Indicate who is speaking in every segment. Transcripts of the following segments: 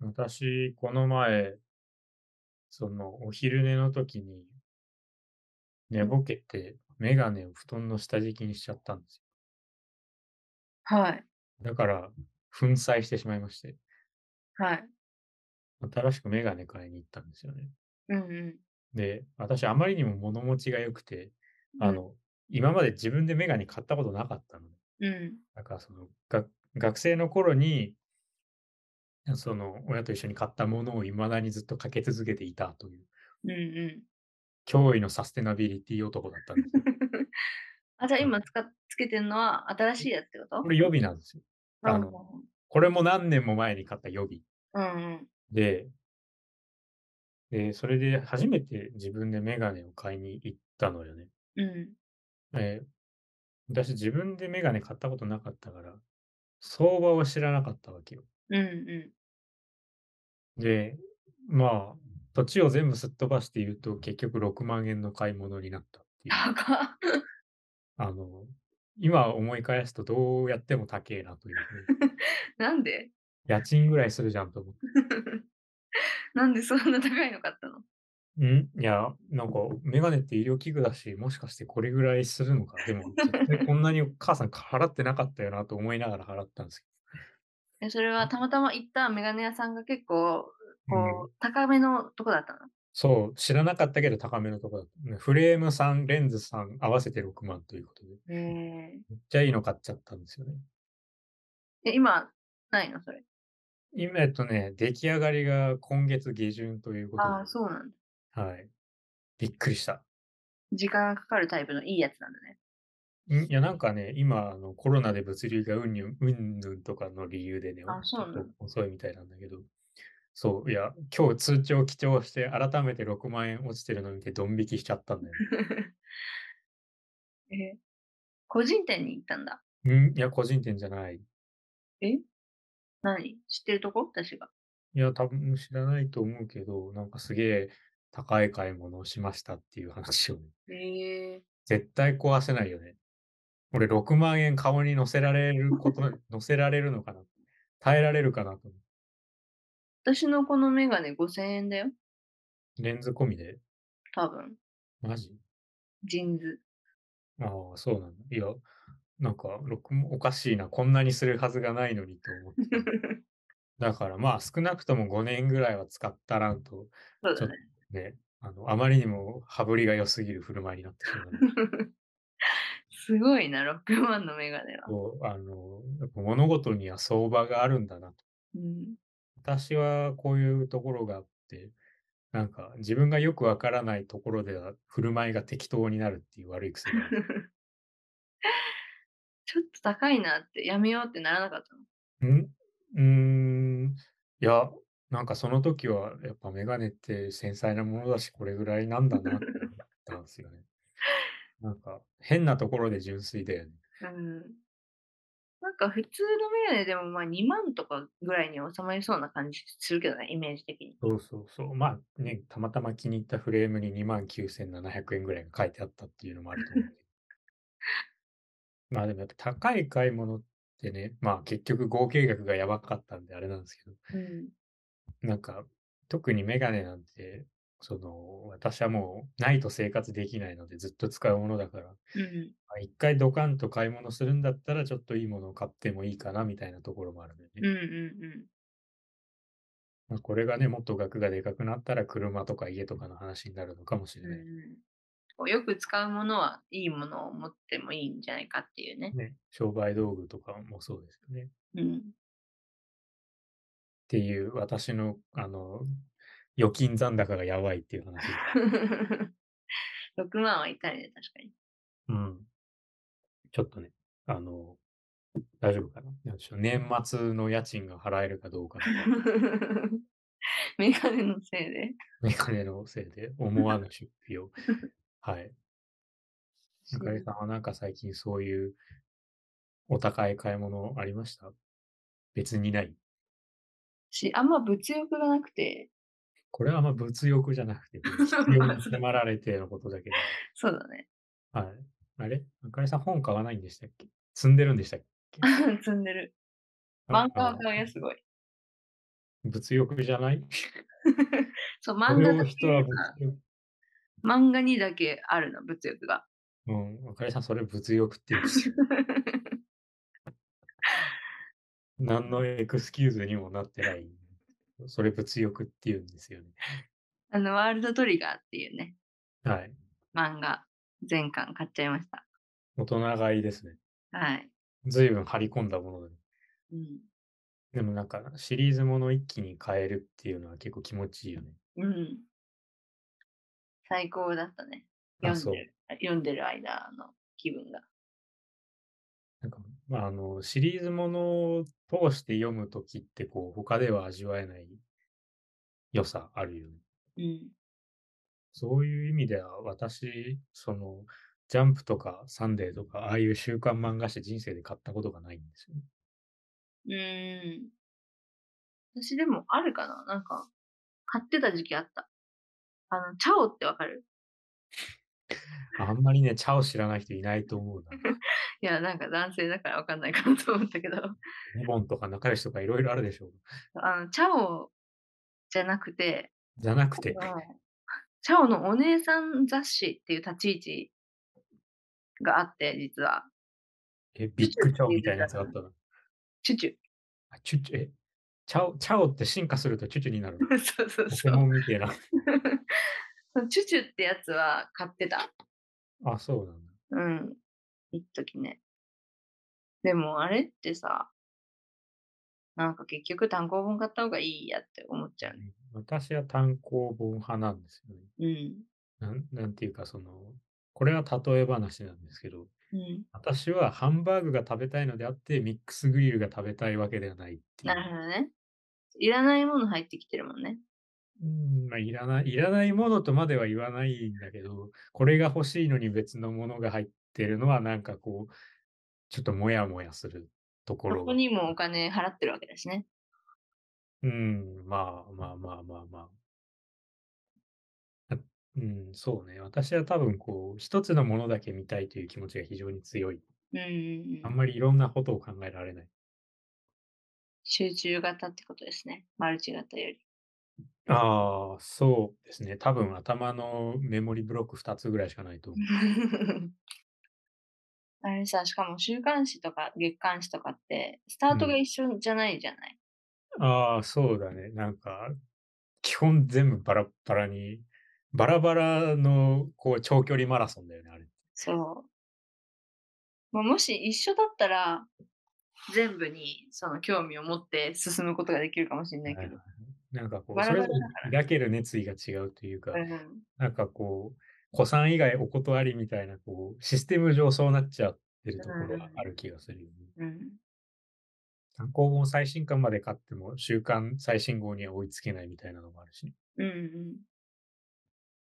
Speaker 1: 私、この前、その、お昼寝の時に、寝
Speaker 2: うん。
Speaker 1: ぼけて、メガネを布団の下敷きにしちゃったんですよ。
Speaker 2: はい。
Speaker 1: だから、粉砕してしまいまして。
Speaker 2: はい。
Speaker 1: 新しくメガネ買いに行ったんですよね。
Speaker 2: うんうん。
Speaker 1: で、私あまりにも物持ちが良くて、
Speaker 2: う
Speaker 1: あ
Speaker 2: ん。
Speaker 1: の、今まで自分でメガネ買ったことなかったので。
Speaker 2: うん。
Speaker 1: なんかその、が学生の頃にあ、その、親と一緒に買ったものを未だにずっとかけ続けていたという。
Speaker 2: うんうん。
Speaker 1: 驚異のサステナビリティ男だったんですよ。
Speaker 2: あ、じゃあ
Speaker 1: うん。
Speaker 2: 今つかつけてんのは新しいやつってこ？
Speaker 1: ことれ予備なんですよ。
Speaker 2: あ
Speaker 1: あ
Speaker 2: あ、
Speaker 1: の、
Speaker 2: ほん。
Speaker 1: これも何年も前に買った予備。
Speaker 2: うんうん。
Speaker 1: でで、それで初めて自分でメガネを買いに行ったのよね。
Speaker 2: うん。
Speaker 1: ええ、私自分でメガネ買ったことなかったから、相場を知らなかったわけよ。
Speaker 2: うんうん。
Speaker 1: で、まあ、土地を全部すっ飛ばして言うと、結局6万円の買い物になったってい う。
Speaker 2: 高っ。
Speaker 1: あの、今思い返すとどうやっても高えなという風に。
Speaker 2: なんで？
Speaker 1: 家賃ぐらいするじゃんと思って。
Speaker 2: なんでそんな高いの買ったの？
Speaker 1: うん、いや、なんかメガネって医療器具だし、もしかしてこれぐらいするのか。でも絶対こんなに母さん払ってなかったよなと思いながら払ったんですけ
Speaker 2: え、それ
Speaker 1: う
Speaker 2: は
Speaker 1: ん。
Speaker 2: たまたま行ったメガネ屋さんが結構、
Speaker 1: うん。
Speaker 2: こう、高めのとこだったの？
Speaker 1: そう、知らなかったけど高めのとこだった。ね、フレーム3、レンズ3合わせて6万ということで。
Speaker 2: へえ。
Speaker 1: めっちゃいいの買っちゃったんですよね。
Speaker 2: え、今ないの？それ。
Speaker 1: 今、えっとね、出来上がりが今月下旬ということ
Speaker 2: あ
Speaker 1: で。
Speaker 2: あ、そうなんだ。
Speaker 1: はい。びっくりした。
Speaker 2: 時間がかかるタイプのいいやつなんだね。
Speaker 1: ん、いやなんかね、今あのコロナで物流がうんにゅ云々とかの理由でね、
Speaker 2: あ、
Speaker 1: ち
Speaker 2: そ
Speaker 1: ょ
Speaker 2: う
Speaker 1: っ
Speaker 2: な
Speaker 1: と
Speaker 2: ん。
Speaker 1: 遅いみたいなんだけど、そう、いや、今日通帳記帳して改めて6万円落ちてるの見てドン引きしちゃったんだ よね。
Speaker 2: え、個人店に行ったんだ。
Speaker 1: うん、いや、個人店じゃない。
Speaker 2: え、何？知ってるとこ？私が。
Speaker 1: いや、多分知らないと思うけど、なんかすげえ高い買い物をしましたっていう話をね。
Speaker 2: へえ。
Speaker 1: 絶対壊せないよね。俺6万円顔に乗せられること乗せられるのかな。耐えられるかなと。
Speaker 2: 私のこのメガネ5000円だよ。
Speaker 1: レンズ込みで。
Speaker 2: 多分。
Speaker 1: マジ？
Speaker 2: ジーン ズ。
Speaker 1: ああ、そうなんだ。いや、なんか、ろくもおかしいな、こんなにするはずがないのにと思って た。だからまあ、少なくとも5年ぐらいは使ったらんと、
Speaker 2: そう
Speaker 1: ち
Speaker 2: だ
Speaker 1: ょっと
Speaker 2: ね。
Speaker 1: ね、あの、あまりにも羽振りが良すぎる振る舞いになってしま うので。
Speaker 2: すごいな、6万のメガネは。
Speaker 1: こう、あの、やっぱ物事には相場があるんだなと。
Speaker 2: うん。
Speaker 1: 私はこういうところがあって、なんか自分がよくわからないところでは振る舞いが適当になるっていう悪い癖がある。
Speaker 2: ちょっと高いなって、やめようってならなかったの？
Speaker 1: うん、うーん、いや、なんかその時はやっぱメガネって繊細なものだし、これぐらいなんだなって思ったん すよね。なんか変なところで純粋だよね。
Speaker 2: うん。なんか普通のメガネでも、ま、2万とかぐらいに収まりそうな感じするけどね、イメージ的に。
Speaker 1: そうそうそう。まあ、ね、たまたま気に入ったフレームに2万9700円ぐらいが書いてあったっていうのもあると思うけど。 まあ、でもやっぱ高い買い物ってね、まあ結局合計額がやばかったんであれなんですけど。
Speaker 2: うん。
Speaker 1: なんか、特にメガネなんて、その、私はもうないと生活できないのでずっと使うものだから、
Speaker 2: うん。
Speaker 1: ま、1回ドカンと買い物するんだったら、ちょっといいものを買ってもいいかなみたいなところもあるんだよ
Speaker 2: う
Speaker 1: ね。
Speaker 2: んうんうん。
Speaker 1: ま、これがね、もっと額がでかくなったら車とか家とかの話になるのかもしれ
Speaker 2: う
Speaker 1: ない。
Speaker 2: ん。こうよく使うものはいいものを持ってもいいんじゃないかっていうね。
Speaker 1: ね、商売道具とかもそうですよね。
Speaker 2: うん。
Speaker 1: っていう私の、あの、預金残高がやばいっていう話です。
Speaker 2: 6万は痛いね、確かに。
Speaker 1: うん。ちょっとね、あの、大丈夫かな。なんでしょう、年末の家賃が払えるかどうか とか。
Speaker 2: メガネのせいで。
Speaker 1: メガネのせいで思わぬ出費を、はい。 ゆ
Speaker 2: そ
Speaker 1: かり
Speaker 2: う。
Speaker 1: さんはなんか最近そういうお高い買い物ありました？別にない？
Speaker 2: し、あんま物欲がなくて。
Speaker 1: これは、ま、物欲じゃなく て、こう必要
Speaker 2: まあ、
Speaker 1: に
Speaker 2: それ
Speaker 1: 迫られてのことだけど。
Speaker 2: そうだね。
Speaker 1: はい。あれ、ゆかりさん本買わないんでしたっけ？積んでるんでしたっけ？
Speaker 2: 積んでる。
Speaker 1: あ、
Speaker 2: 漫
Speaker 1: あ
Speaker 2: 画を
Speaker 1: の
Speaker 2: 買うよ、すごい。
Speaker 1: 物欲じゃない
Speaker 2: そう、
Speaker 1: こ
Speaker 2: 漫
Speaker 1: れ
Speaker 2: 画
Speaker 1: を
Speaker 2: だ
Speaker 1: 人は
Speaker 2: け
Speaker 1: 物、欲。
Speaker 2: 漫画にだけあるの、物欲が。
Speaker 1: うん、あかりさん、それ物欲って言うんですよ。何のエクスキューズにもなってない。それ物欲って言うんですよね。
Speaker 2: あの、ワールドトリガーっていうね、
Speaker 1: はい。
Speaker 2: 漫画、全巻買っちゃいました。
Speaker 1: 大人買いですね。
Speaker 2: はい。
Speaker 1: 随分張り込んだもので。
Speaker 2: うん。
Speaker 1: でもなんかシリーズもの一気に変えるっていうのは結構気持ちいいよね。
Speaker 2: うん。最高だったね。
Speaker 1: あ、
Speaker 2: 読
Speaker 1: そ
Speaker 2: ん
Speaker 1: う
Speaker 2: で。る読んでる間の気分が。
Speaker 1: なんか、まあ、あの、シリーズものを通して読むときって、こう、他では味わえない良さあるよね。
Speaker 2: うん。
Speaker 1: そういう意味では、私、その、ジャンプとかサンデーとか、ああいう週刊漫画誌人生で買ったことがないんですよね。
Speaker 2: うーん。私でもあるかななんか、買ってた時期あった。あの、チャオってわかる
Speaker 1: あんまりね、チャオ知らない人いないと思うな。
Speaker 2: いや、なんか男性だからわかんないかなと思ったけど、
Speaker 1: リボンとか仲良しとかいろいろあるでしょう。
Speaker 2: あの、チャオじゃなくて、
Speaker 1: じゃなくて、
Speaker 2: あのチャオのお姉さん雑誌っていう立ち位置があって、実は。
Speaker 1: え、ビッグチャオみたいなやつがあったら、
Speaker 2: チュチ
Speaker 1: あ、チュチュ、え、チャオ、チャオって進化するとチュチュになるの。
Speaker 2: ュ。そうそう
Speaker 1: ポ
Speaker 2: そ
Speaker 1: ケ
Speaker 2: う
Speaker 1: モ。ンみたいな。
Speaker 2: そのチュチュってやつは買ってた。
Speaker 1: あ、そうなんだ。
Speaker 2: うん。一時ね。でもあれってさ、なんか結局単行本買った方がいいやって思っちゃうね。
Speaker 1: 私は単行本派なんですよね。
Speaker 2: うん。
Speaker 1: なんなんていうか、その、これは例え話なんですけど、
Speaker 2: うん。
Speaker 1: 私はハンバーグが食べたいのであって、ミックスグリルが食べたいわけではないってい
Speaker 2: なる
Speaker 1: う。
Speaker 2: ほどね。いらないもの入ってきてるもんね。
Speaker 1: うんまあ、いらない、いらないものとまでは言わないんだけど、これが欲しいのに別のものが入ってるのは、なんかこう、ちょっともやもやするとこ
Speaker 2: そ
Speaker 1: ろ
Speaker 2: こ
Speaker 1: が。
Speaker 2: にもお金払ってるわけだしね。
Speaker 1: うん、まあまあまあまあまあ。あうん、そうね。私は多分こう、一つのものだけ見たいという気持ちが非常に強い。
Speaker 2: うんうん
Speaker 1: あ
Speaker 2: うんん。
Speaker 1: まりいろんなことを考えられない。
Speaker 2: 集中型ってことですね。マルチ型よ り。
Speaker 1: ああ、そうですね。多分頭のメモリブロック2つぐらいしかないと思う。
Speaker 2: あれさ、しかも週刊誌とか月刊誌とかって、スタートが一緒じゃないじゃない。
Speaker 1: ああ、そうだね。なんか、基本全部バラッバラに、バラバラのこう長距離マラソンだよね、あれ。
Speaker 2: そう。まあ、もし一緒だったら、全部にその興味を持って進むことができるかもしれないけど。
Speaker 1: なんかこう、
Speaker 2: バ
Speaker 1: そ
Speaker 2: ラバ
Speaker 1: れ
Speaker 2: ラ
Speaker 1: ぞれ抱ける熱意が違うというか、
Speaker 2: うん
Speaker 1: なんかこう、古参以外お断りみたいな、こう、システム上そうなっちゃってるところがある気がするよね。
Speaker 2: うん、
Speaker 1: 単行本最新刊まで買っても、週刊最新号には追いつけないみたいなのもあるしね。
Speaker 2: うん、うん。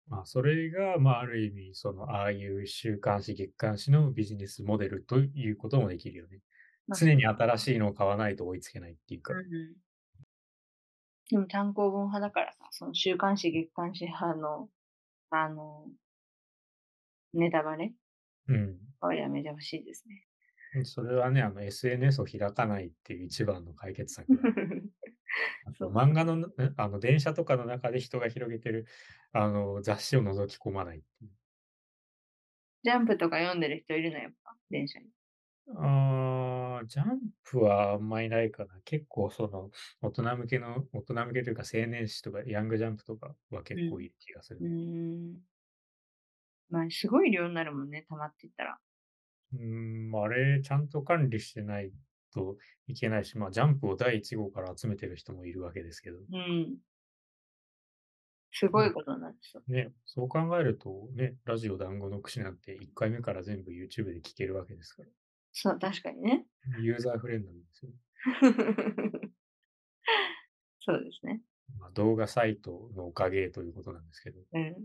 Speaker 1: まあ、それが、まあ、ある意味、その、ああいう週刊誌、月刊誌のビジネスモデルということもできるよね。
Speaker 2: まあ
Speaker 1: 常に新しいのを買わないと追いつけないっていうか
Speaker 2: うん。うんでも単行本派だからさ、その週刊誌、月刊誌派の、あの、ネタバレ
Speaker 1: うん。
Speaker 2: はやめてほしいですね。
Speaker 1: それはね、あの、SNS を開かないっていう一番の解決 策だあと
Speaker 2: そう
Speaker 1: 漫画のな、んあの、電車とかの中で人が広げてる、あの、雑誌を覗き込まないっていう。
Speaker 2: ジャンプとか読んでる人いるのやっぱ、電車に。
Speaker 1: あージャンプはあんまりないかな。結構、その、大人向けの、大人向けというか、青年誌とか、ヤングジャンプとかは結構いい気がする
Speaker 2: う。ん。まあ、すごい量になるもんね、溜まっていったら。
Speaker 1: うーん、あれ、ちゃんと管理してないといけないし、まあ、ジャンプを第1号から集めてる人もいるわけですけど、
Speaker 2: うん。すごいことになってそう。
Speaker 1: ね、そう考えると、ね、ラジオ団子の串なんて1回目から全部 YouTube で聞けるわけですか
Speaker 2: そう、確かにね。
Speaker 1: ら、ユーザーフレンドなんですよ。
Speaker 2: そうですね。
Speaker 1: まあ、動画サイトのおかげということなんですけど、こ
Speaker 2: うん。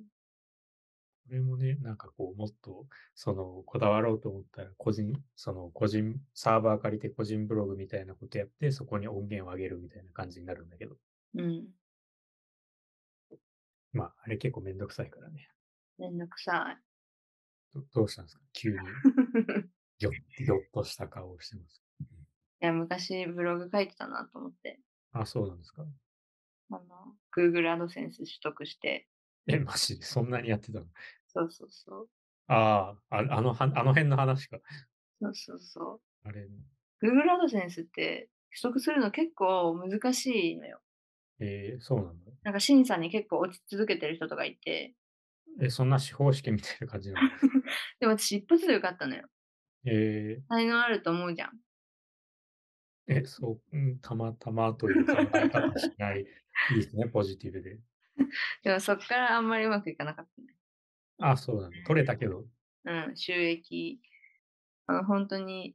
Speaker 1: れもね、なんかこう、もっと、その、こだわろうと思ったら、個人、その、個人、サーバー借りて個人ブログみたいなことやって、そこに音源を上げるみたいな感じになるんだけど、
Speaker 2: うん。
Speaker 1: まあ、あれ結構めんどくさいからね。
Speaker 2: めんどく さ
Speaker 1: どどうしたんですか急に。
Speaker 2: い。
Speaker 1: ぎょぎょっとした顔をしてます。
Speaker 2: いや、昔ブログ書いてたなと思って。
Speaker 1: あ、そうなんですか。
Speaker 2: あの、Google AdSense 取得して、
Speaker 1: え、マジでそんなにやってたの
Speaker 2: そうそうそう。
Speaker 1: ああ、ああのは、あの辺の話か。
Speaker 2: そうそうそ
Speaker 1: あれ、
Speaker 2: う。Google AdSense って取得するの結構難しいのよ。
Speaker 1: えーそうなんだ。
Speaker 2: なんか審査に結構落ち続けてる人とかいて、
Speaker 1: え、そんな司法試験みたいな感じなの
Speaker 2: でも私一発で受かったのよ。
Speaker 1: え
Speaker 2: 才能あると思うじゃん。
Speaker 1: ーえ、そう、うんたまたまという考え方しない。いいですね、ポジティブで。
Speaker 2: でもそっからあんまりうまくいかなかったね。
Speaker 1: あ、そうだね。取れたけど。
Speaker 2: うん、収益。あの、本当に、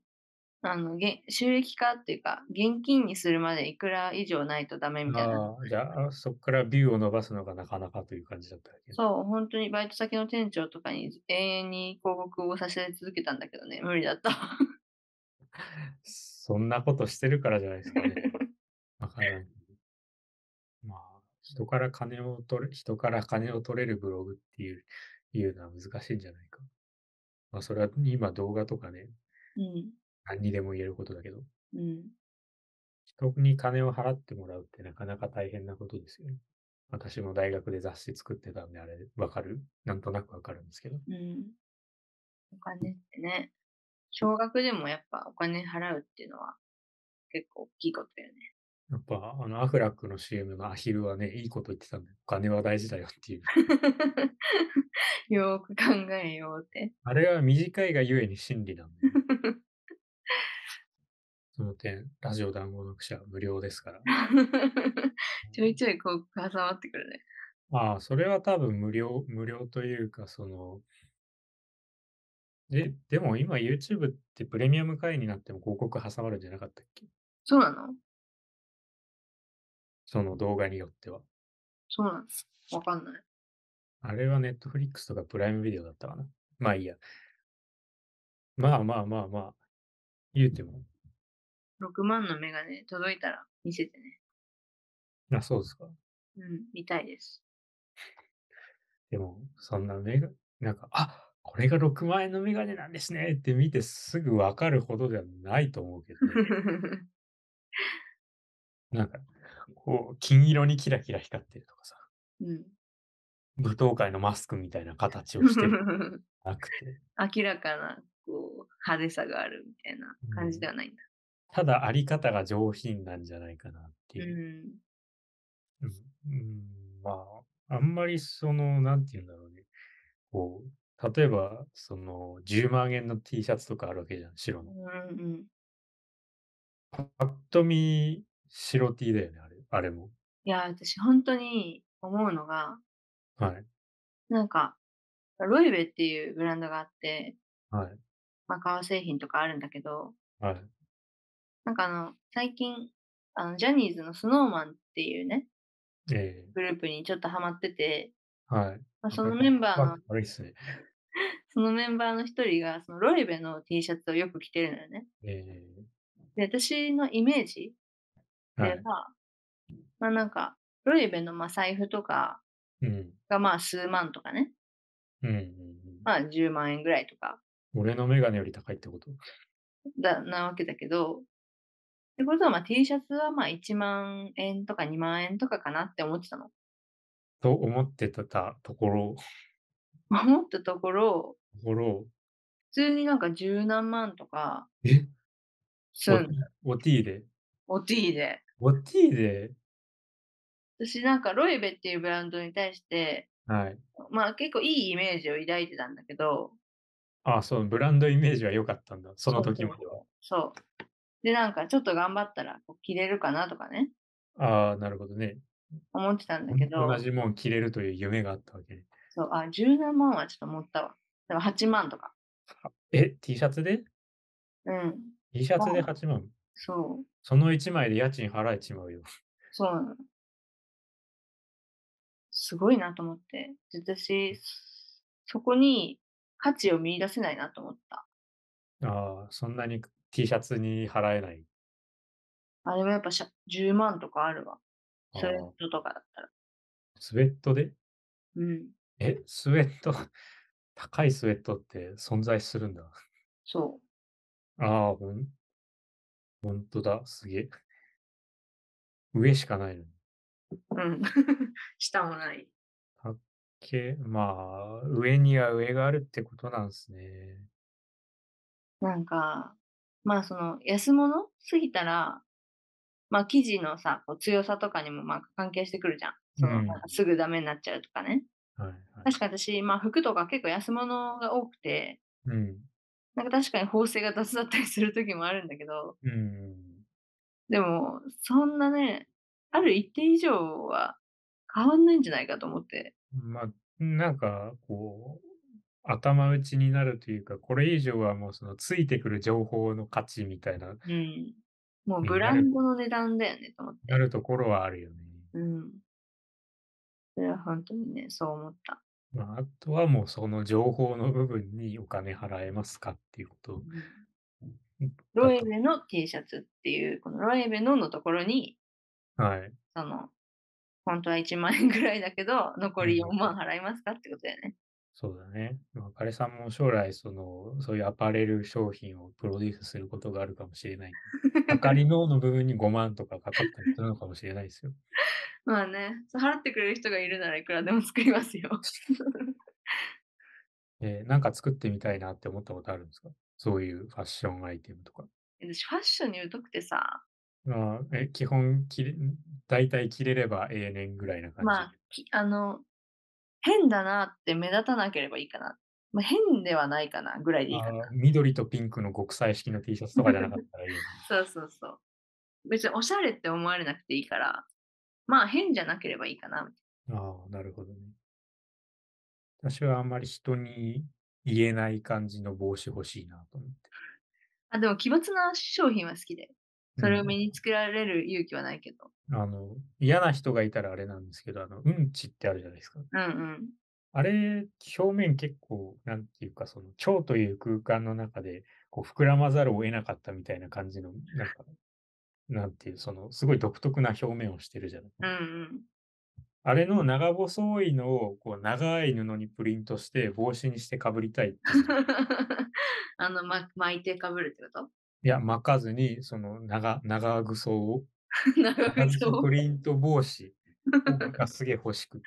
Speaker 2: あの、げ収益化っていうか、現金にするまでいくら以上ないとダメみたいな。
Speaker 1: ああ、じゃあ、そこからビューを伸ばすのがなかなかという感じだったわけど。
Speaker 2: そう、本当にバイト先の店長とかに永遠に広告をさせ続けたんだけどね、無理だった。
Speaker 1: そんなことしてるからじゃないですかね。 わからんけど。まあ、人から金を取れ、人から金を取れるブログっていう、いうのは難しいんじゃないか。まあ、それは今動画とかね、
Speaker 2: うん、
Speaker 1: 何にでも言えることだけど、
Speaker 2: うん、
Speaker 1: 人に金を払ってもらうってなかなか大変なことですよね。私も大学で雑誌作ってたんで、あれ、わかるなんとなくわかるんですけど。
Speaker 2: うん。お金ってね、少額でもやっぱお金払うっていうのは結構大きいことだよね。
Speaker 1: やっぱ、あの、アフラックの CM のアヒルはね、いいこと言ってたんだよ。お金は大事だよっていう。
Speaker 2: よーく考えようって。
Speaker 1: あれは短いがゆえに真理なんだよ。その点、ラジオ談合の記者は無料ですから。
Speaker 2: ちょいちょい広告挟まってくるね。
Speaker 1: ああ、それは多分無料、無料というか、その、で、でも今 YouTube ってプレミアム会員になっても広告挟まるんじゃなかったっけ
Speaker 2: そうなの
Speaker 1: その動画によっては。
Speaker 2: そうなのわかんない。
Speaker 1: あれは Netflix とかプライムビデオだったかな。まあいいや。まあまあまあまあ、言うても。
Speaker 2: 6万のメガネ届いたら見せてね。
Speaker 1: あ、そうですか。
Speaker 2: うん、見た いです。
Speaker 1: でも、そんなメガ、なんか、あこれが6万円のメガネなんですねって見てすぐわかるほどではないと思うけどね、 なんか、こう、金色にキラキラ光ってるとかさ、
Speaker 2: うん、
Speaker 1: 舞踏会のマスクみたいな形をしてるんじゃなく て、
Speaker 2: 明らかなこう派手さがあるみたいな感じではないんだ。
Speaker 1: ただあり方が上品なんじゃないかなって
Speaker 2: う
Speaker 1: いう。
Speaker 2: ん、
Speaker 1: うん、うんまあ、あんまりその、なんて言うんだろうね。こう、例えば、その、10万円の T シャツとかあるわけじゃん、白の。
Speaker 2: うん、うん。
Speaker 1: ぱっと見、白 T だよね、あれあれも。
Speaker 2: いや、私本当に思うのが、
Speaker 1: はい。
Speaker 2: なんか、ロイベっていうブランドがあって、
Speaker 1: はい。
Speaker 2: まあ、革製品とかあるんだけど、
Speaker 1: はい。
Speaker 2: なんかあの、最近、あの、ジャニーズのスノーマンっていうね、
Speaker 1: え
Speaker 2: グループにちょっとハマってて、
Speaker 1: えはい。
Speaker 2: まあ、その
Speaker 1: なんか
Speaker 2: メンバーの
Speaker 1: あ、悪いっすね。
Speaker 2: そのメンバーの一人が、そのロイベの T シャツをよく着てるのよね。
Speaker 1: え
Speaker 2: で、私のイメージ
Speaker 1: え
Speaker 2: では、
Speaker 1: はい。
Speaker 2: まあなんか、ロイベのまあ財布とか
Speaker 1: うん。
Speaker 2: がまあ数万とかね、
Speaker 1: うんうんうん。
Speaker 2: まあ10万円ぐらいとか
Speaker 1: 俺のメガネより高いってこと
Speaker 2: だなわけだけど、ってことはまあ T シャツはまあ1万円とか2万円とかかなって思ってたの。
Speaker 1: と思ってたところ、
Speaker 2: 思ったところ、
Speaker 1: ところ、
Speaker 2: 普通になんか十何万とか
Speaker 1: え
Speaker 2: すんの、
Speaker 1: お T で。
Speaker 2: お T で。
Speaker 1: お T で
Speaker 2: 私なんかロイベっていうブランドに対して、
Speaker 1: はい。
Speaker 2: まあ結構いいイメージを抱いてたんだけど、
Speaker 1: あ、そう、ブランドイメージは良かったんだ。その時までは。
Speaker 2: そう。で、なんかちょっと頑張ったらこう着れるかなとかね、
Speaker 1: ああ、なるほどね。
Speaker 2: 思ってたんだけど、
Speaker 1: 同じもん着れるという夢があったわけね。
Speaker 2: そう、あ、十何万はちょっと持ったわ。でも8万とか。
Speaker 1: え、T シャツで
Speaker 2: うん。
Speaker 1: ?T シャツで8万。
Speaker 2: そう。
Speaker 1: その1枚で家賃払えちまうよ。
Speaker 2: そうなの。すごいなと思って。で私、そこに価値を見出せないなと思った。
Speaker 1: ああ、そんなに T シャツに払えない。
Speaker 2: あれはやっぱしゃ10万とかあるわ。
Speaker 1: あ
Speaker 2: スウェッ
Speaker 1: ー
Speaker 2: トとかだったら。
Speaker 1: スウェットで
Speaker 2: うん。
Speaker 1: え、スウェット 高いスウェットって存在するんだ。
Speaker 2: そ
Speaker 1: ああ、ほん、ほんとだ。すげえ。上しかないのに。
Speaker 2: うん。 下もない。
Speaker 1: けまあ、上には上があるってことなんですね。
Speaker 2: なんか、まあその安物過ぎたら、まあ生地のさ、こう強さとかにもまあ関係してくるじゃん。その
Speaker 1: うん
Speaker 2: なんかすぐダメになっちゃうとかね。
Speaker 1: はい、はい。
Speaker 2: 確かに私、まあ服とか結構安物が多くて、
Speaker 1: うん。
Speaker 2: なんか確かに縫製が雑だったりする時もあるんだけど、
Speaker 1: うん。
Speaker 2: でも、そんなね、ある一定以上は変わんないんじゃないかと思って。
Speaker 1: まあ、なんか、こう、頭打ちになるというか、これ以上はもうそのついてくる情報の価値みたいな、
Speaker 2: うん。もう
Speaker 1: うん
Speaker 2: ブランドの値段だよねと思って。
Speaker 1: なるところはあるよね。
Speaker 2: うん。それは本当にね、そう思った。
Speaker 1: まあ、あとはもうその情報の部分にお金払えますかっていうこと。
Speaker 2: ロエベの T シャツっていう、このロエベののところに、
Speaker 1: はい。
Speaker 2: その、本当は1万円ぐらいだけど、残り
Speaker 1: う
Speaker 2: 4
Speaker 1: ん
Speaker 2: 万払いますかってことだよね。
Speaker 1: そうだね。まあ、彼さんも将来、その、そういうアパレル商品をプロデュースすることがあるかもしれない。あかりのの部分に5万とかかかったりするのかもしれないですよ。
Speaker 2: まあね、そう払ってくれる人がいるならいくらでも作りま すよ。
Speaker 1: えーなんか作ってみたいなって思ったことあるんですかそういうファッションアイテムとか。
Speaker 2: 私、ファッションに疎くてさ、
Speaker 1: まあ、え基本切れ、大体切れれば永年ぐらいな感じ。
Speaker 2: まあ、きあの、変だなって目立たなければいいかな。まあ、変ではないかなぐらいでいいかな。
Speaker 1: あー緑とピンクの極彩色の T シャツとかじゃなかったらいいよね。
Speaker 2: そうそうそう。別におしゃれって思われなくていいから、まあ変じゃなければいいかな。
Speaker 1: ああ、なるほどね。私はあんまり人に言えない感じの帽子欲しいなと思って。
Speaker 2: あでも奇抜な商品は好きで、それ
Speaker 1: う
Speaker 2: を
Speaker 1: ん
Speaker 2: 身につけられる勇気はないけど。
Speaker 1: あの、嫌な人がいたらあれなんですけど、あの、うんちってあるじゃないですか。
Speaker 2: うんうん。
Speaker 1: あれ、表面結構、なんていうか、その、腸という空間の中で、こう、膨らまざるを得なかったみたいな感じ の、なんか、なんていう、その、すごい独特な表面をしてるじゃない。
Speaker 2: うんうん。
Speaker 1: あれの長細いのを、こう、長い布にプリントして、帽子にしてかぶりたいっていう
Speaker 2: あの、ま、巻いてかぶるってこ
Speaker 1: いや、巻かずに、その、長、長靴を、
Speaker 2: と 長
Speaker 1: 長
Speaker 2: 靴
Speaker 1: 靴
Speaker 2: を
Speaker 1: プ。リント帽子 がすげえ欲しくて。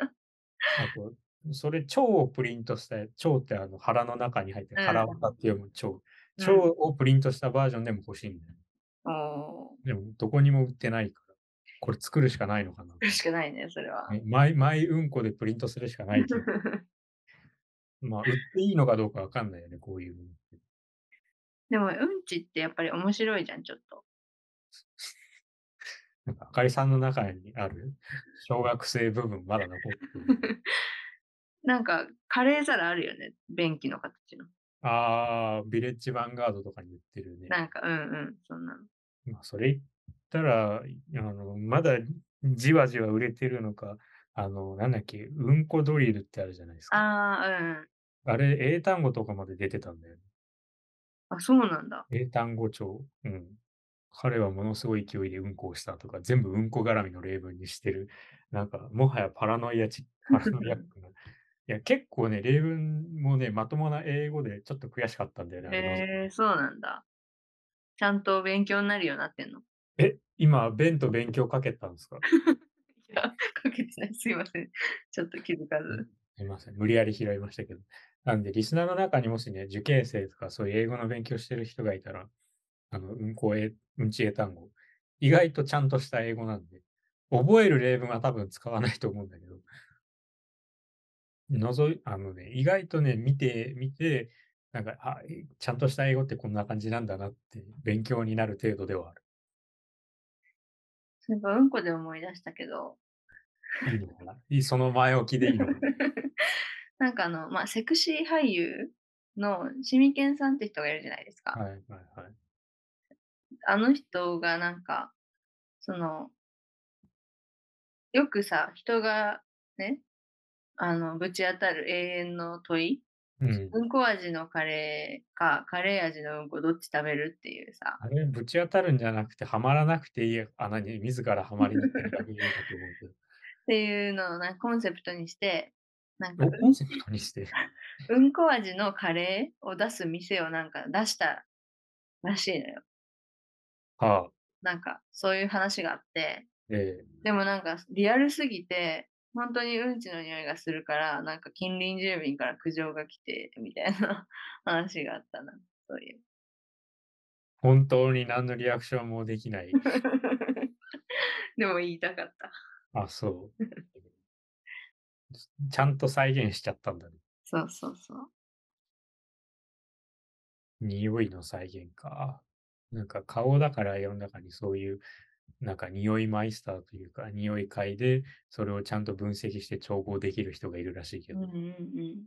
Speaker 1: あと、それ、蝶をプリントした、蝶ってあの腹の中に入ってる、
Speaker 2: うん
Speaker 1: 腹渡って読む蝶。
Speaker 2: うん
Speaker 1: 蝶をプリントしたバージョンでも欲しいんだよ。
Speaker 2: お
Speaker 1: でも、どこにも売ってないから、これ作るしかないのかな。
Speaker 2: ーしかないね、それは。
Speaker 1: ねマイマイうんこでプリントするしかないけ どまあ、売っていいのかどうかわかんないよね、こういうのって。
Speaker 2: でも、うんちってやっぱり面白いじゃん、ちょっと。
Speaker 1: なんか、あかりさんの中にある小学生部分、まだ残ってる。
Speaker 2: なんか、カレー皿あるよね、便器の形の。
Speaker 1: ああ、ビレッジヴァンガードとかに売ってるね。
Speaker 2: なんか、うんうん、そんなの。
Speaker 1: まあ、それ言ったら、あの、まだじわじわ売れてるのか、あの、なんだっけ、うんこドリルってあるじゃないですか。
Speaker 2: ああ、うんうん。
Speaker 1: あれ、英単語とかまで出てたんだよね。
Speaker 2: あ、そうなんだ。
Speaker 1: 英単語帳。うん。彼はものすごい勢いでうんこをしたとか、全部うんこ絡みの例文にしてる。なんか、もはやパラノイアチ、パラノイアック な。いや、結構ね、例文もね、まともな英語でちょっと悔しかったんだよね。あれの
Speaker 2: へえー、そうなんだ。ちゃんと勉強になるようになってんの。
Speaker 1: え、今、弁と勉強かけたんですか
Speaker 2: いや、かけてない。すいません。ちょっと気づかず。
Speaker 1: すみません。無理やり拾いましたけど。なんで、リスナーの中にもしね、受験生とか、そういう英語の勉強してる人がいたら、あの、うんこえ、うんち英単語。意外とちゃんとした英語なんで、覚える例文は多分使わないと思うんだけど、のぞい、あのね、意外とね、見て、見て、なんか、あ、えちゃんとした英語ってこんな感じなんだなって、勉強になる程度ではある。
Speaker 2: なんか、うんこで思い出したけど、
Speaker 1: いいのかないい、その前置きでいいのかな
Speaker 2: なんかあの、まあ、セクシー俳優のシミケンさんって人がいるじゃないですか。
Speaker 1: はい、はい、はい。
Speaker 2: あの人がなんか、その、よくさ、人がね、あの、ぶち当たる永遠の問い、
Speaker 1: うん。
Speaker 2: うんこ味のカレーか、カレー味のうんこどっち食べるっていうさ、
Speaker 1: あれ、ぶち当たるんじゃなくて、はまらなくていい穴に自らはまりに行ってるだけだと思う
Speaker 2: っていうのをなんかコンセプトにして、なん
Speaker 1: け
Speaker 2: か
Speaker 1: ど、おコンセプトにして。
Speaker 2: うんこ味のカレーを出す店をなんか出したらしいのよ。
Speaker 1: はあ、
Speaker 2: なんかそういう話があって、
Speaker 1: え
Speaker 2: でもなんかリアルすぎて、本当にうんちの匂いがするから、なんか近隣住民から苦情が来て、みたいな 話があったな、そういう。
Speaker 1: 本当に何のリアクションもできない。
Speaker 2: でも言いたかった。
Speaker 1: あ、そう。ちゃんと再現しちゃったんだね。
Speaker 2: そうそうそう。
Speaker 1: 匂いの再現か。なんか顔だから世の中にそういう、なんか匂いマイスターというか、匂い嗅いで、それをちゃんと分析して調合できる人がいるらしいけ
Speaker 2: うん
Speaker 1: ど、
Speaker 2: うんうん。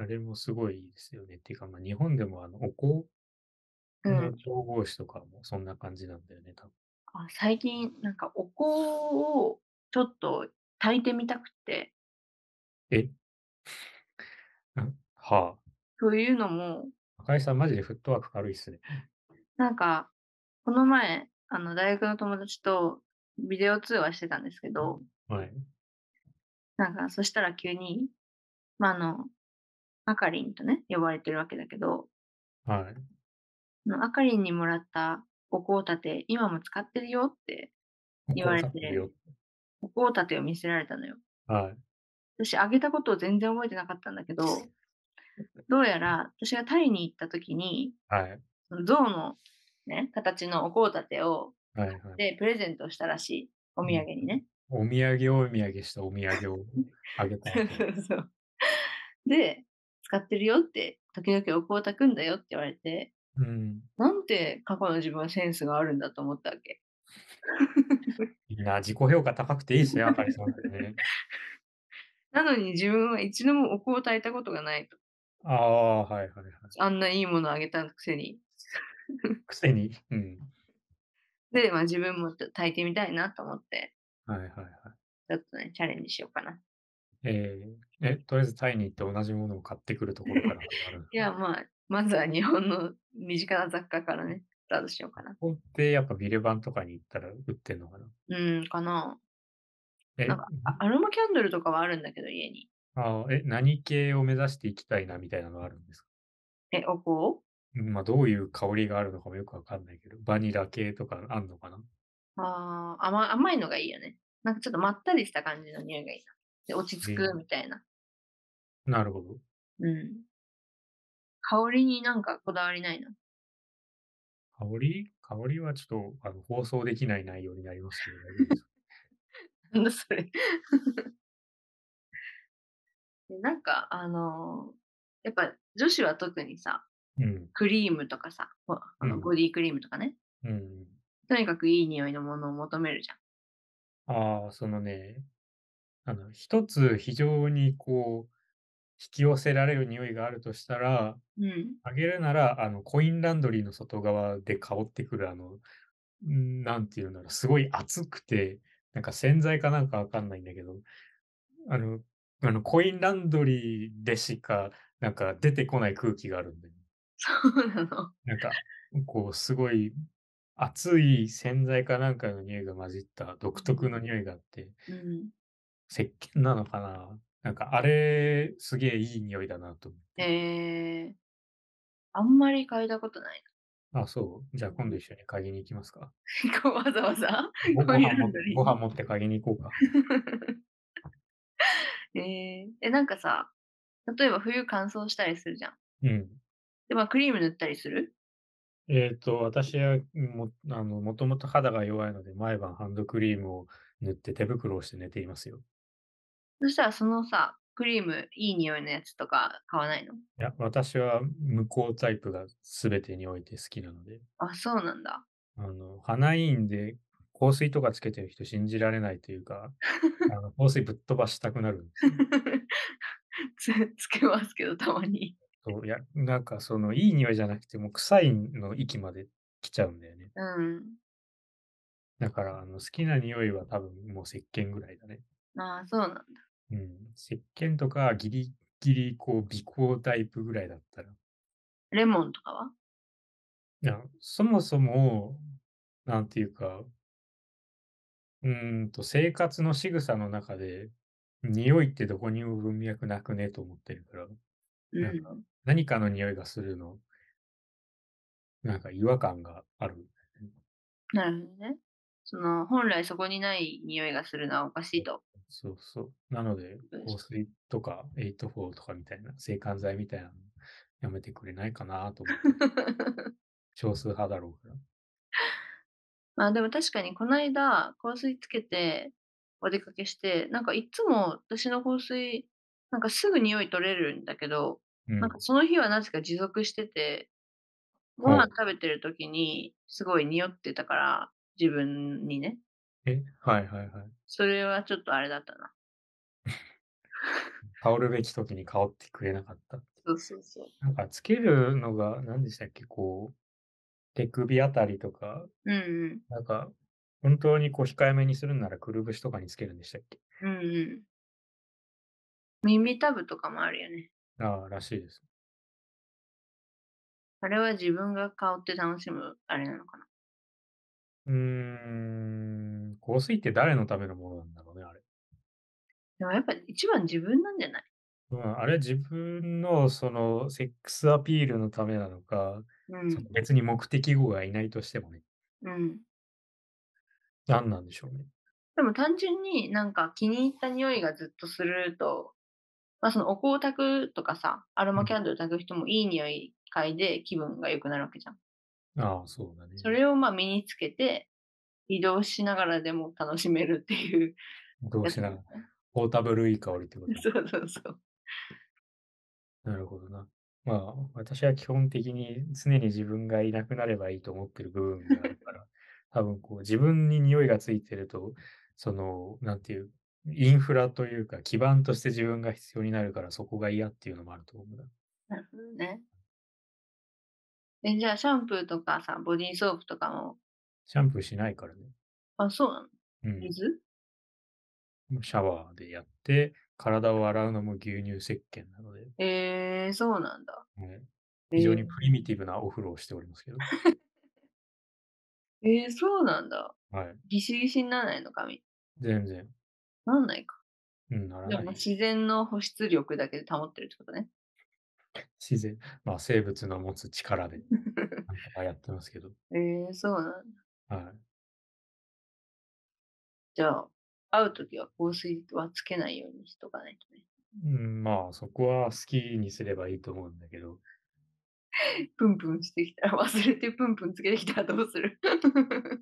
Speaker 1: あれもすごいですよね。っていうか、まあ、日本でもあのお香
Speaker 2: う
Speaker 1: の
Speaker 2: ん、
Speaker 1: 調合師とかもそんな感じなんだよね、多分。
Speaker 2: あ最近、なんかお香をちょっと炊いてみたくて、
Speaker 1: えは
Speaker 2: というのも、
Speaker 1: あ。赤井さん、マジでフットワーク軽いっすね。
Speaker 2: なんか、この前、あの、大学の友達とビデオ通話してたんですけど、
Speaker 1: はい。
Speaker 2: なんか、そしたら急に、まあ、あの、あかりんとね、呼ばれてるわけだけど、
Speaker 1: はい。
Speaker 2: あのあかりんにもらったお香立て、今も使ってるよって、言われて
Speaker 1: お香立てるよ
Speaker 2: お香立てを見せられたのよ。
Speaker 1: はい。
Speaker 2: 私、あげたことを全然覚えてなかったんだけど、どうやら、私がタイに行った時に、
Speaker 1: はい。
Speaker 2: その象のね、形のお香立てを、
Speaker 1: はい、はい。
Speaker 2: で、プレゼントしたらしい。お土産にね。
Speaker 1: お土産をお土産したお土産をあげたい
Speaker 2: そう そうで、使ってるよって、時々お香炊くんだよって言われて、
Speaker 1: うん。
Speaker 2: なんて過去の自分はセンスがあるんだと思ったわけ。
Speaker 1: いいな、自己評価高くていいですね、あかりさんってね。
Speaker 2: なのに自分は一度もお香を炊いたことがないと。
Speaker 1: ああ、はいはいはい。
Speaker 2: あんないいものあげたくせに。
Speaker 1: くせに。うん。
Speaker 2: で、まあ自分も炊いてみたいなと思って、
Speaker 1: はいはいはい。
Speaker 2: ちょっとね、チャレンジしようかな。
Speaker 1: えー、え、とりあえずタイに行って同じものを買ってくるところから始まる。
Speaker 2: いや、まあ、まずは日本の 身近な雑貨からね、スタートしようかな。
Speaker 1: ここってやっぱビレバンとかに行ったら売ってんのかな
Speaker 2: うん、かな。
Speaker 1: え
Speaker 2: なんかあアロマキャンドルとかはあるんだけど、家に。
Speaker 1: あーえ、何系を目指していきたいなみたいなのあるんですか
Speaker 2: え、お香
Speaker 1: うんまあ、どういう香りがあるのかもよくわかんないけど、バニラ系とかあんのかな
Speaker 2: あー甘甘いのがいいよね。なんかちょっとまったりした感じの匂いがいいな。で、落ち着
Speaker 1: ええ
Speaker 2: くみたいな。
Speaker 1: なるほど。
Speaker 2: うん。香りになんかこだわりないな。
Speaker 1: 香り香りはちょっとあの放送できない内容になりますけど大丈夫ですか、
Speaker 2: なんだそれ。 でなんか、あのーやっぱ女子は特にさ、
Speaker 1: うん。
Speaker 2: クリームとかさ、ほあ
Speaker 1: う
Speaker 2: の
Speaker 1: ん
Speaker 2: ボディクリームとかね、
Speaker 1: うん。
Speaker 2: とにかくいい匂いのものを求めるじゃん。
Speaker 1: ああ、そのね、あの、一つ非常にこう、引き寄せられる匂いがあるとしたら、
Speaker 2: うん。
Speaker 1: あげるなら、あの、コインランドリーの外側で香ってくる、あの、んなんていうんだろう、すごい熱くて、なんか洗剤かなんかわかんないんだけど、あの、あのコインランドリーでしか、なんか出てこない空気があるんだよ。
Speaker 2: そうなの。
Speaker 1: なんか、こう、すごい熱い洗剤かなんかの匂いが混じった独特の匂いがあって、
Speaker 2: うん。
Speaker 1: 石鹸なのかななんか、あれ、すげえいい匂いだなと思って。
Speaker 2: えー、あんまり嗅いだことない
Speaker 1: あ、そう。じゃあ今度一緒に嗅ぎに行きますか。
Speaker 2: な。こうわざわざ。
Speaker 1: ごご
Speaker 2: コイン
Speaker 1: 飯
Speaker 2: ラ
Speaker 1: 持っ
Speaker 2: ン
Speaker 1: て
Speaker 2: ドリー
Speaker 1: ご飯持って嗅ぎに行こうか。
Speaker 2: えー、え、なんかさ、例えば冬乾燥したりするじゃん。
Speaker 1: うん。
Speaker 2: で、まあクリーム塗ったりする
Speaker 1: えっ、と、私はもあのもともと肌が弱いので、毎晩ハンドクリームを塗って手袋をして寝ていますよ。
Speaker 2: そしたらそのさ、クリーム、いい匂いのやつとか買わないの
Speaker 1: いや、私は無効タイプが全てにおいて好きなので、
Speaker 2: あ、そうなんだ。
Speaker 1: あの、花医院で香水とかつけてる人信じられないというか、あの香水ぶっ飛ばしたくなるんですよ。
Speaker 2: つつけますけど、たまに。
Speaker 1: そういや、なんかそのいい匂いじゃなくて、もう臭いの域まで来ちゃうんだよね。
Speaker 2: うん。
Speaker 1: だから、あの好きな匂いは多分もう石鹸ぐらいだね。
Speaker 2: ああ、そうなんだ。
Speaker 1: うん。石鹸とかギリギリこう微光タイプぐらいだったら。
Speaker 2: レモンとかはい
Speaker 1: や、そもそも、なんていうか、うーんと、生活の仕草の中で、匂いってどこにも文脈なくねと思ってるから、
Speaker 2: う
Speaker 1: なん
Speaker 2: ん。
Speaker 1: 何かの匂いがするの、なんか違和感がある。
Speaker 2: なるほどね。その本来そこにない匂いがするのはおかしいと。
Speaker 1: そうそう。なので、
Speaker 2: うん
Speaker 1: 香水とか、84とかみたいな、制汗剤みたいなのやめてくれないかなと思って、 少数派だろうから。
Speaker 2: まあでも確かにこの間香水つけてお出かけしてなんかいつも私の香水なんかすぐ匂い取れるんだけど、
Speaker 1: うん
Speaker 2: なんかその日はなぜか持続しててご
Speaker 1: はい
Speaker 2: 飯食べてる時にすごい匂ってたから自分にね
Speaker 1: え、はいはいはい。
Speaker 2: それはちょっとあれだったな
Speaker 1: 香るべき時に香ってくれなかった。
Speaker 2: そうそうそう
Speaker 1: なんか、つけるのが、何でしたっけ、こう、手首あたりとか、
Speaker 2: うんうん
Speaker 1: なんか、本当にこう、控えめにするんなら、くるぶしとかにつけるんでしたっけ
Speaker 2: うんうん耳たぶとかもあるよね
Speaker 1: ああ、らしいです。
Speaker 2: あれは自分が香って楽しむあれなのかな
Speaker 1: うーん、香水って誰のためのものなんだろうね、あれ。
Speaker 2: でもやっぱ一番自分なんじゃない
Speaker 1: うん、あれ自分のそのセックスアピールのためなのか、
Speaker 2: うん
Speaker 1: その別に目的語がいないとしてもね、
Speaker 2: うん
Speaker 1: 何なんでしょうね。
Speaker 2: でも単純になんか気に入った匂いがずっとすると、まあそのお香を焚くとかさ、アロマキャンドル焚く人もいい匂い嗅いで気分が良くなるわけじゃん。
Speaker 1: ああ、そうだね。
Speaker 2: それをまあ身につけて、移動しながらでも楽しめるっていう。
Speaker 1: どうしながら、ポータブルいい香りってことね
Speaker 2: そうそうそう。
Speaker 1: なるほどな。まあ、私は基本的に常に自分がいなくなればいいと思ってる部分があるから、多分こう自分に匂いがついてると、その、なんていう、インフラというか基盤として自分が必要になるからそこが嫌っていうのもあると思うな。
Speaker 2: なるほどね。え、じゃあシャンプーとかさ、ボディーソープとかも、
Speaker 1: シャンプーしないからね。
Speaker 2: あ、そうなの
Speaker 1: うん。
Speaker 2: 水
Speaker 1: シャワーでやって、体を洗うのも牛乳石鹸なので、
Speaker 2: えー、そうなんだ。
Speaker 1: はい
Speaker 2: え
Speaker 1: 非常に
Speaker 2: ー
Speaker 1: プリミティブなお風呂をしておりますけど、
Speaker 2: えー、そうなんだ。
Speaker 1: はい、
Speaker 2: ギシギシにならないの髪。
Speaker 1: 全然、
Speaker 2: なんないか。
Speaker 1: うん、なら
Speaker 2: で
Speaker 1: な
Speaker 2: も
Speaker 1: い。
Speaker 2: 自然の保湿力だけで保ってるってことね。
Speaker 1: 自然、まあ、生物の持つ力 でなんとかやってますけど、
Speaker 2: ええそうなんだ。
Speaker 1: は
Speaker 2: じゃあ、会うときは香水はつけないようにしとかないとね。
Speaker 1: いうん、まあそこは好きにすればいいと思うんだけど、
Speaker 2: プンプンしてきたら、 忘れてプンプンつけてきたらどうする
Speaker 1: で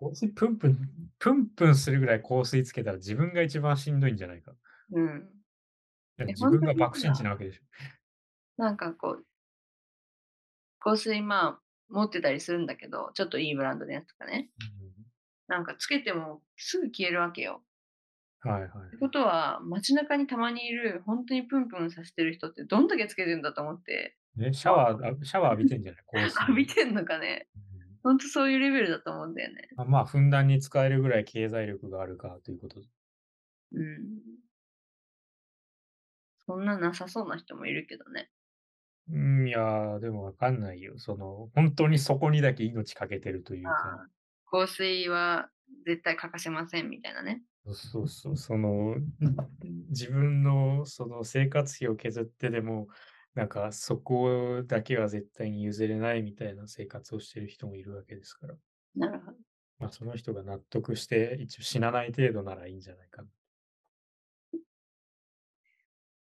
Speaker 1: も香水プンプン、プンプンするぐらい香水つけたら自分が一番しんどいんじゃないか。
Speaker 2: うん。
Speaker 1: だって
Speaker 2: え
Speaker 1: 自分
Speaker 2: 本当
Speaker 1: が
Speaker 2: に
Speaker 1: 爆心地なわけでしょ。
Speaker 2: なんかこう、香水まあ持ってたりするんだけど、ちょっといいブランドのやつとかね。なんかつけてもすぐ消えるわけよ。
Speaker 1: うんはいはい。
Speaker 2: ってことは、街中にたまにいる、本当にプンプンさせてる人ってどんだけつけてんだと思って、
Speaker 1: ね、シャワー、あシャワー浴びてんじゃない香水。
Speaker 2: 浴びてんのかね。
Speaker 1: うん
Speaker 2: 本当そういうレベルだと思うんだよね。
Speaker 1: あまあ、ふんだんに使えるぐらい経済力があるかということ。
Speaker 2: うんそんななさそうな人もいるけどね。
Speaker 1: うん、いやー、でもわかんないよ。その、本当にそこにだけ命かけてるというか、
Speaker 2: 香水は絶対欠かせませんみたいなね。
Speaker 1: そうそう、その、自分のその生活費を削ってでも、なんかそこだけは絶対に譲れないみたいな生活をしてる人もいるわけですから、
Speaker 2: なるほど。
Speaker 1: まあその人が納得して一応死なない程度ならいいんじゃないかな。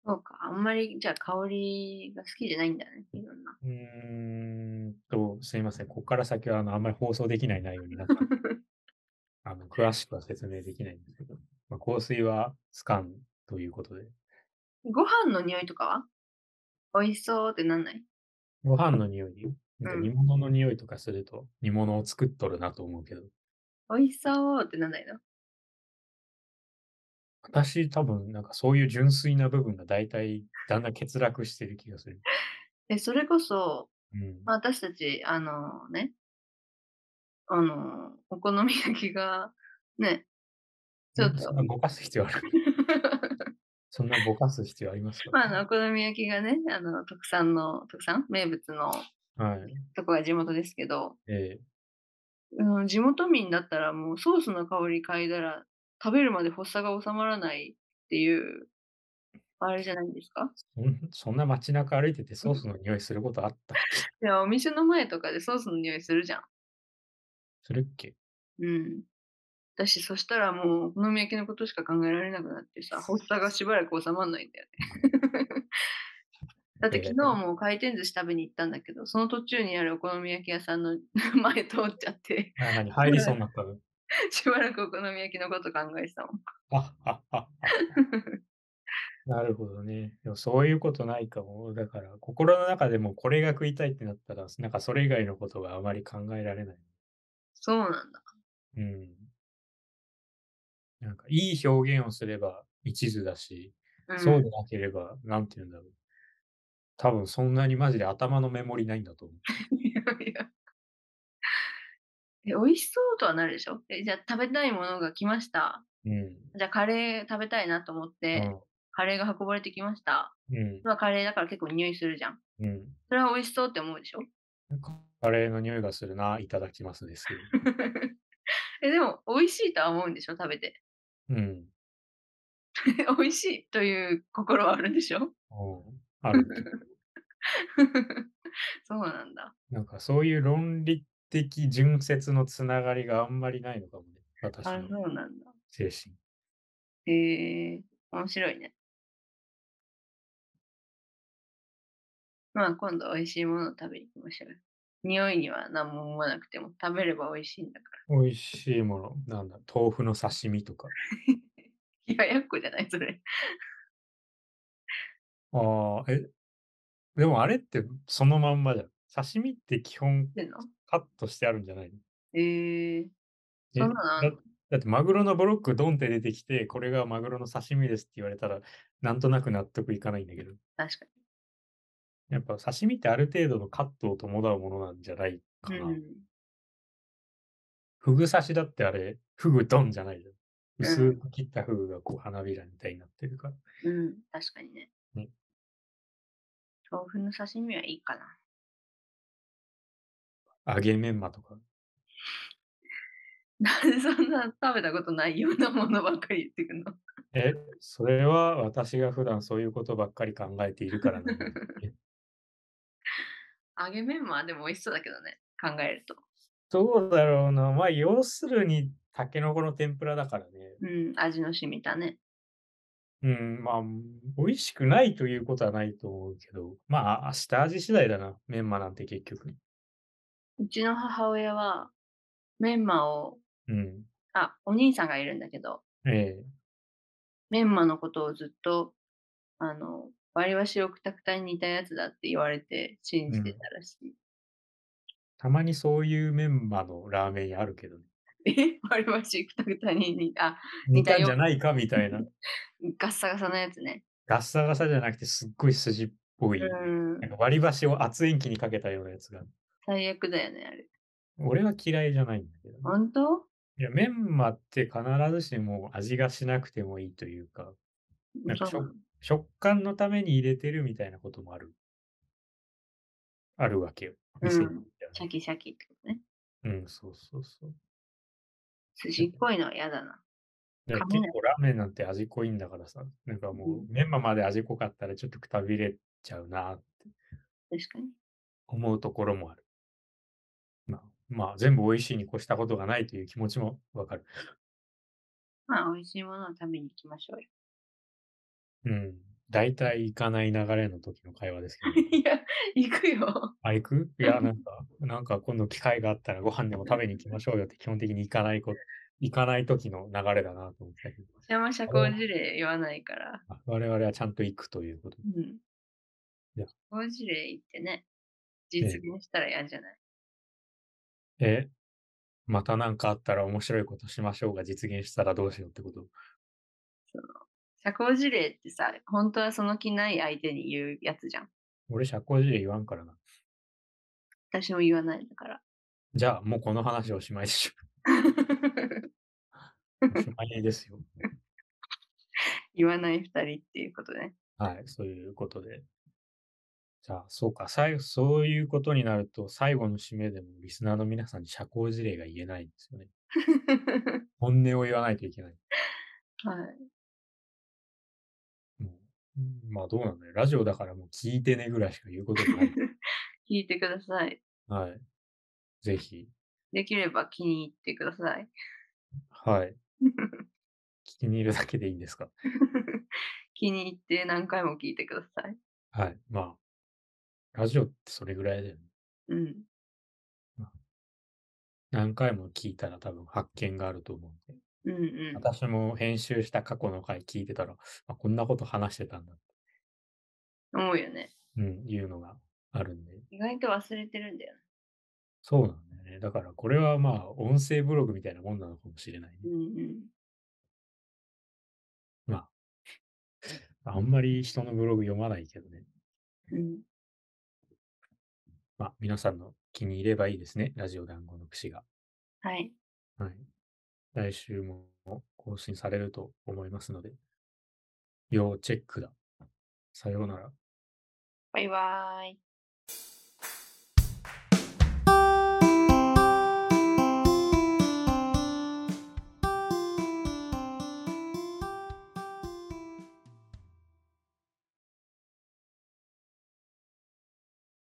Speaker 2: そうか。あんまりじゃあ香りが好きじゃないんだね。いろんな。
Speaker 1: うーんと、すいません。ここから先はあのあんまり放送できない内容になったので あの詳しくは説明できないんですけど、まあ、香水はつかんということで、
Speaker 2: ご飯の匂いとかは美味しそうってなんない
Speaker 1: ご飯の匂いに、なんか
Speaker 2: うん
Speaker 1: 煮物の匂いとかすると煮物を作っとるなと思うけど、
Speaker 2: 美味しそうってなんないの
Speaker 1: 私多分なんかそういう純粋な部分が大体だんだん欠落してる気がする。
Speaker 2: え、それこそ、
Speaker 1: うん。
Speaker 2: まあ私たち、あのね、あの、お好み焼きが、ね、ちょっ
Speaker 1: そ
Speaker 2: と
Speaker 1: んな、ぼかす必要ある そんなぼかす必要ありますか、
Speaker 2: まあ、あのお好み焼きがねあの特産の特産名物の
Speaker 1: はい。
Speaker 2: とこが地元ですけど、
Speaker 1: ええ
Speaker 2: うん、地元民だったらもうソースの香り嗅いだら食べるまで発作が収まらないっていうあれじゃないですか
Speaker 1: そんそんな街中歩いててソースの匂いすることあったっけ
Speaker 2: いやお店の前とかでソースの匂いするじゃん
Speaker 1: するっけ
Speaker 2: うん。私、そしたらもう、お好み焼きのことしか考えられなくなってさ、発作がしばらく収まんないんだよね。 だって昨日も回転寿司食べに行ったんだけど、その途中にあるお好み焼き屋さんの 前通っちゃって、
Speaker 1: あ何入りそうになったの
Speaker 2: しばらくお好み焼きのこと考えてたもん。
Speaker 1: ああああなるほどね。でもそういうことないかも。だから、心の中でもこれが食いたいってなったら、なんかそれ以外のことがあまり考えられない。
Speaker 2: そうなんだ。
Speaker 1: うん。なんか、いい表現をすれば一途だし、
Speaker 2: うん、
Speaker 1: そうでなければ、なんて言うんだろう。多分そんなにマジで頭のメモリないんだと思う。
Speaker 2: いやいやえ、美味しそうとはなるでしょえじゃあ食べたいものが来ました。
Speaker 1: うん。
Speaker 2: じゃあカレー食べたいなと思って、カレーが運ばれてきました。
Speaker 1: うん。
Speaker 2: まあカレーだから結構匂いするじゃん。
Speaker 1: うん。
Speaker 2: それは美味しそうって思うでしょ
Speaker 1: うん、カレーの匂いがするな、いただきますですよ。
Speaker 2: えでも美味しいとは思うんでしょ食べて。
Speaker 1: うん。
Speaker 2: 美味しいという心はあるでしょ
Speaker 1: うん、あるけど。
Speaker 2: そうなんだ。
Speaker 1: なんかそういう論理的純説のつながりがあんまりないのかもね。私
Speaker 2: あ
Speaker 1: の
Speaker 2: そうなんだ。
Speaker 1: 精神。
Speaker 2: へえ面白いね。まあ今度美味しいものを食べに行きましょうよ。匂いには何も思わなくても食べれば美味しいんだか
Speaker 1: 美味しいもの。なんだ、豆腐の刺身とか。
Speaker 2: ら。 冷ややっこじゃないそれ。
Speaker 1: ああ、え、でもあれってそのまんまじゃん。刺身って基本
Speaker 2: での
Speaker 1: カットしてあるんじゃないの
Speaker 2: えー、
Speaker 1: え
Speaker 2: そんなのあんの
Speaker 1: だだってマグロのブロックドンって出てきて、これがマグロの刺身ですって言われたら、なんとなく納得いかないんだけど。
Speaker 2: 確か
Speaker 1: やっぱ刺身ってある程度のカットを伴うものなんじゃないか
Speaker 2: に。
Speaker 1: な。
Speaker 2: うん、
Speaker 1: フグ刺しだってあれ、フグドンじゃないじゃん。
Speaker 2: ん
Speaker 1: 薄く切ったフグがこう花びらみたいになってるから。
Speaker 2: うん、確かにね。
Speaker 1: ね
Speaker 2: 豆腐の刺身はいいかな。
Speaker 1: 揚げメンマとか。
Speaker 2: なんでそんな食べたことないようなものばっかり言ってくんの
Speaker 1: え、それは私が普段そういうことばっかり考えている からなんだよね
Speaker 2: 揚げメンマでも美味しそうだけどね、考えると。
Speaker 1: どうだろうな。まあ、要するに、タケノコの天ぷらだからね。
Speaker 2: うん、味の染みたね。
Speaker 1: うん、まあ、美味しくないということはないと思うけど、まあ、下味次第だな。メンマなんて結局。
Speaker 2: うちの母親は、メンマを、
Speaker 1: うん。
Speaker 2: あ、お兄さんがいるんだけど、
Speaker 1: ええ
Speaker 2: メンマのことをずっと、あの、割り箸をくたくたに似たやつだって言われて信じてたらしい。
Speaker 1: たまにそういうメンマのラーメン屋あるけどね。
Speaker 2: え割り箸くたくたに似た、あ、
Speaker 1: 似
Speaker 2: 似
Speaker 1: た
Speaker 2: た
Speaker 1: ん
Speaker 2: よ
Speaker 1: じゃないかみた いな。
Speaker 2: ガッサガサのやつね。
Speaker 1: ガッサガサじゃなくてすっごい筋っぽい、
Speaker 2: うん
Speaker 1: な、んか割り箸を熱塩基にかけたようなやつがある。
Speaker 2: 最悪だよね、あれ。
Speaker 1: 俺は嫌いじゃないんだけどね。
Speaker 2: 本当
Speaker 1: いや、メンマって必ずしも味がしなくてもいいというか、なんか
Speaker 2: そうなの
Speaker 1: 食感のために入れてるみたいなこともある。あるわけよ。店によっては
Speaker 2: シ
Speaker 1: ね
Speaker 2: ャキシャキってことね。
Speaker 1: うん、そうそうそう。
Speaker 2: 筋っこいのは嫌だな。
Speaker 1: だから
Speaker 2: 噛め
Speaker 1: 結
Speaker 2: ない
Speaker 1: 構ラーメンなんて味濃いんだからさ、なんかも
Speaker 2: う
Speaker 1: うメンマまで味濃かったらちょっとくたびれちゃうなって
Speaker 2: 確かに。
Speaker 1: 思うところもある。まあ、まあ、全部美味しいに越したことがないという気持ちもわかる。
Speaker 2: まあ、美味しいものを食べに行きましょうよ。
Speaker 1: うん。大体行かない流れの時の会話ですけど。
Speaker 2: いや、行くよ。
Speaker 1: あ、行くいや、なんか、なんか今度機会があったらご飯でも食べに行きましょうよって基本的に行かないこ、行かない時の流れだなと思ったけど。
Speaker 2: 山社交辞令言わないから。
Speaker 1: あ我々はちゃんと行くということで。
Speaker 2: うん。
Speaker 1: いや
Speaker 2: 交辞令行ってね、実現したら嫌じゃない。
Speaker 1: え、またなんかあったら面白いことしましょうが実現したらどうしようってこと。
Speaker 2: 社交辞令ってさ、本当はその気ない相手に言うやつじゃん。
Speaker 1: 俺、社交辞令言わんからな。
Speaker 2: 私も言わないんだから。
Speaker 1: じゃあ、もうこの話おしまいでしょ。おしまいですよ。
Speaker 2: 言わない二人っていうことね。
Speaker 1: はい、そういうことで。じゃあ、そうか、最後、そういうことになると、最後の締めでもリスナーの皆さんに社交辞令が言えないんですよね。本音を言わないといけない。
Speaker 2: はい。
Speaker 1: もううんまあ、どうなんだよ。ラジオだからもう聞いてねぐらいしか言うことがない。
Speaker 2: 聞いてください。
Speaker 1: はい。ぜひ、
Speaker 2: できれば気に入ってください。
Speaker 1: はい。気に入るだけでいいんですか
Speaker 2: 気に入って何回も聞いてください。
Speaker 1: はい。まあ、ラジオってそれぐらいだよね。
Speaker 2: うん。
Speaker 1: 何回も聞いたら多分発見があると思うんで。
Speaker 2: うんうん。
Speaker 1: 私も編集した過去の回聞いてたら、あこんなこと話してたんだ、
Speaker 2: 思うよね。
Speaker 1: うん、いうのがあるんで。
Speaker 2: 意外と忘れてるんだよね。
Speaker 1: そうなんだよね。だからこれはまあ、音声ブログみたいなもんなのかもしれないね、
Speaker 2: うんうん。
Speaker 1: あんまり人のブログ読まないけどね。
Speaker 2: うん、
Speaker 1: まあ、皆さんの気に入ればいいですね。ラジオ団子の串が。
Speaker 2: はい。
Speaker 1: はい。来週も更新されると思いますので、要チェックだ。さようなら。
Speaker 2: バイバーイ。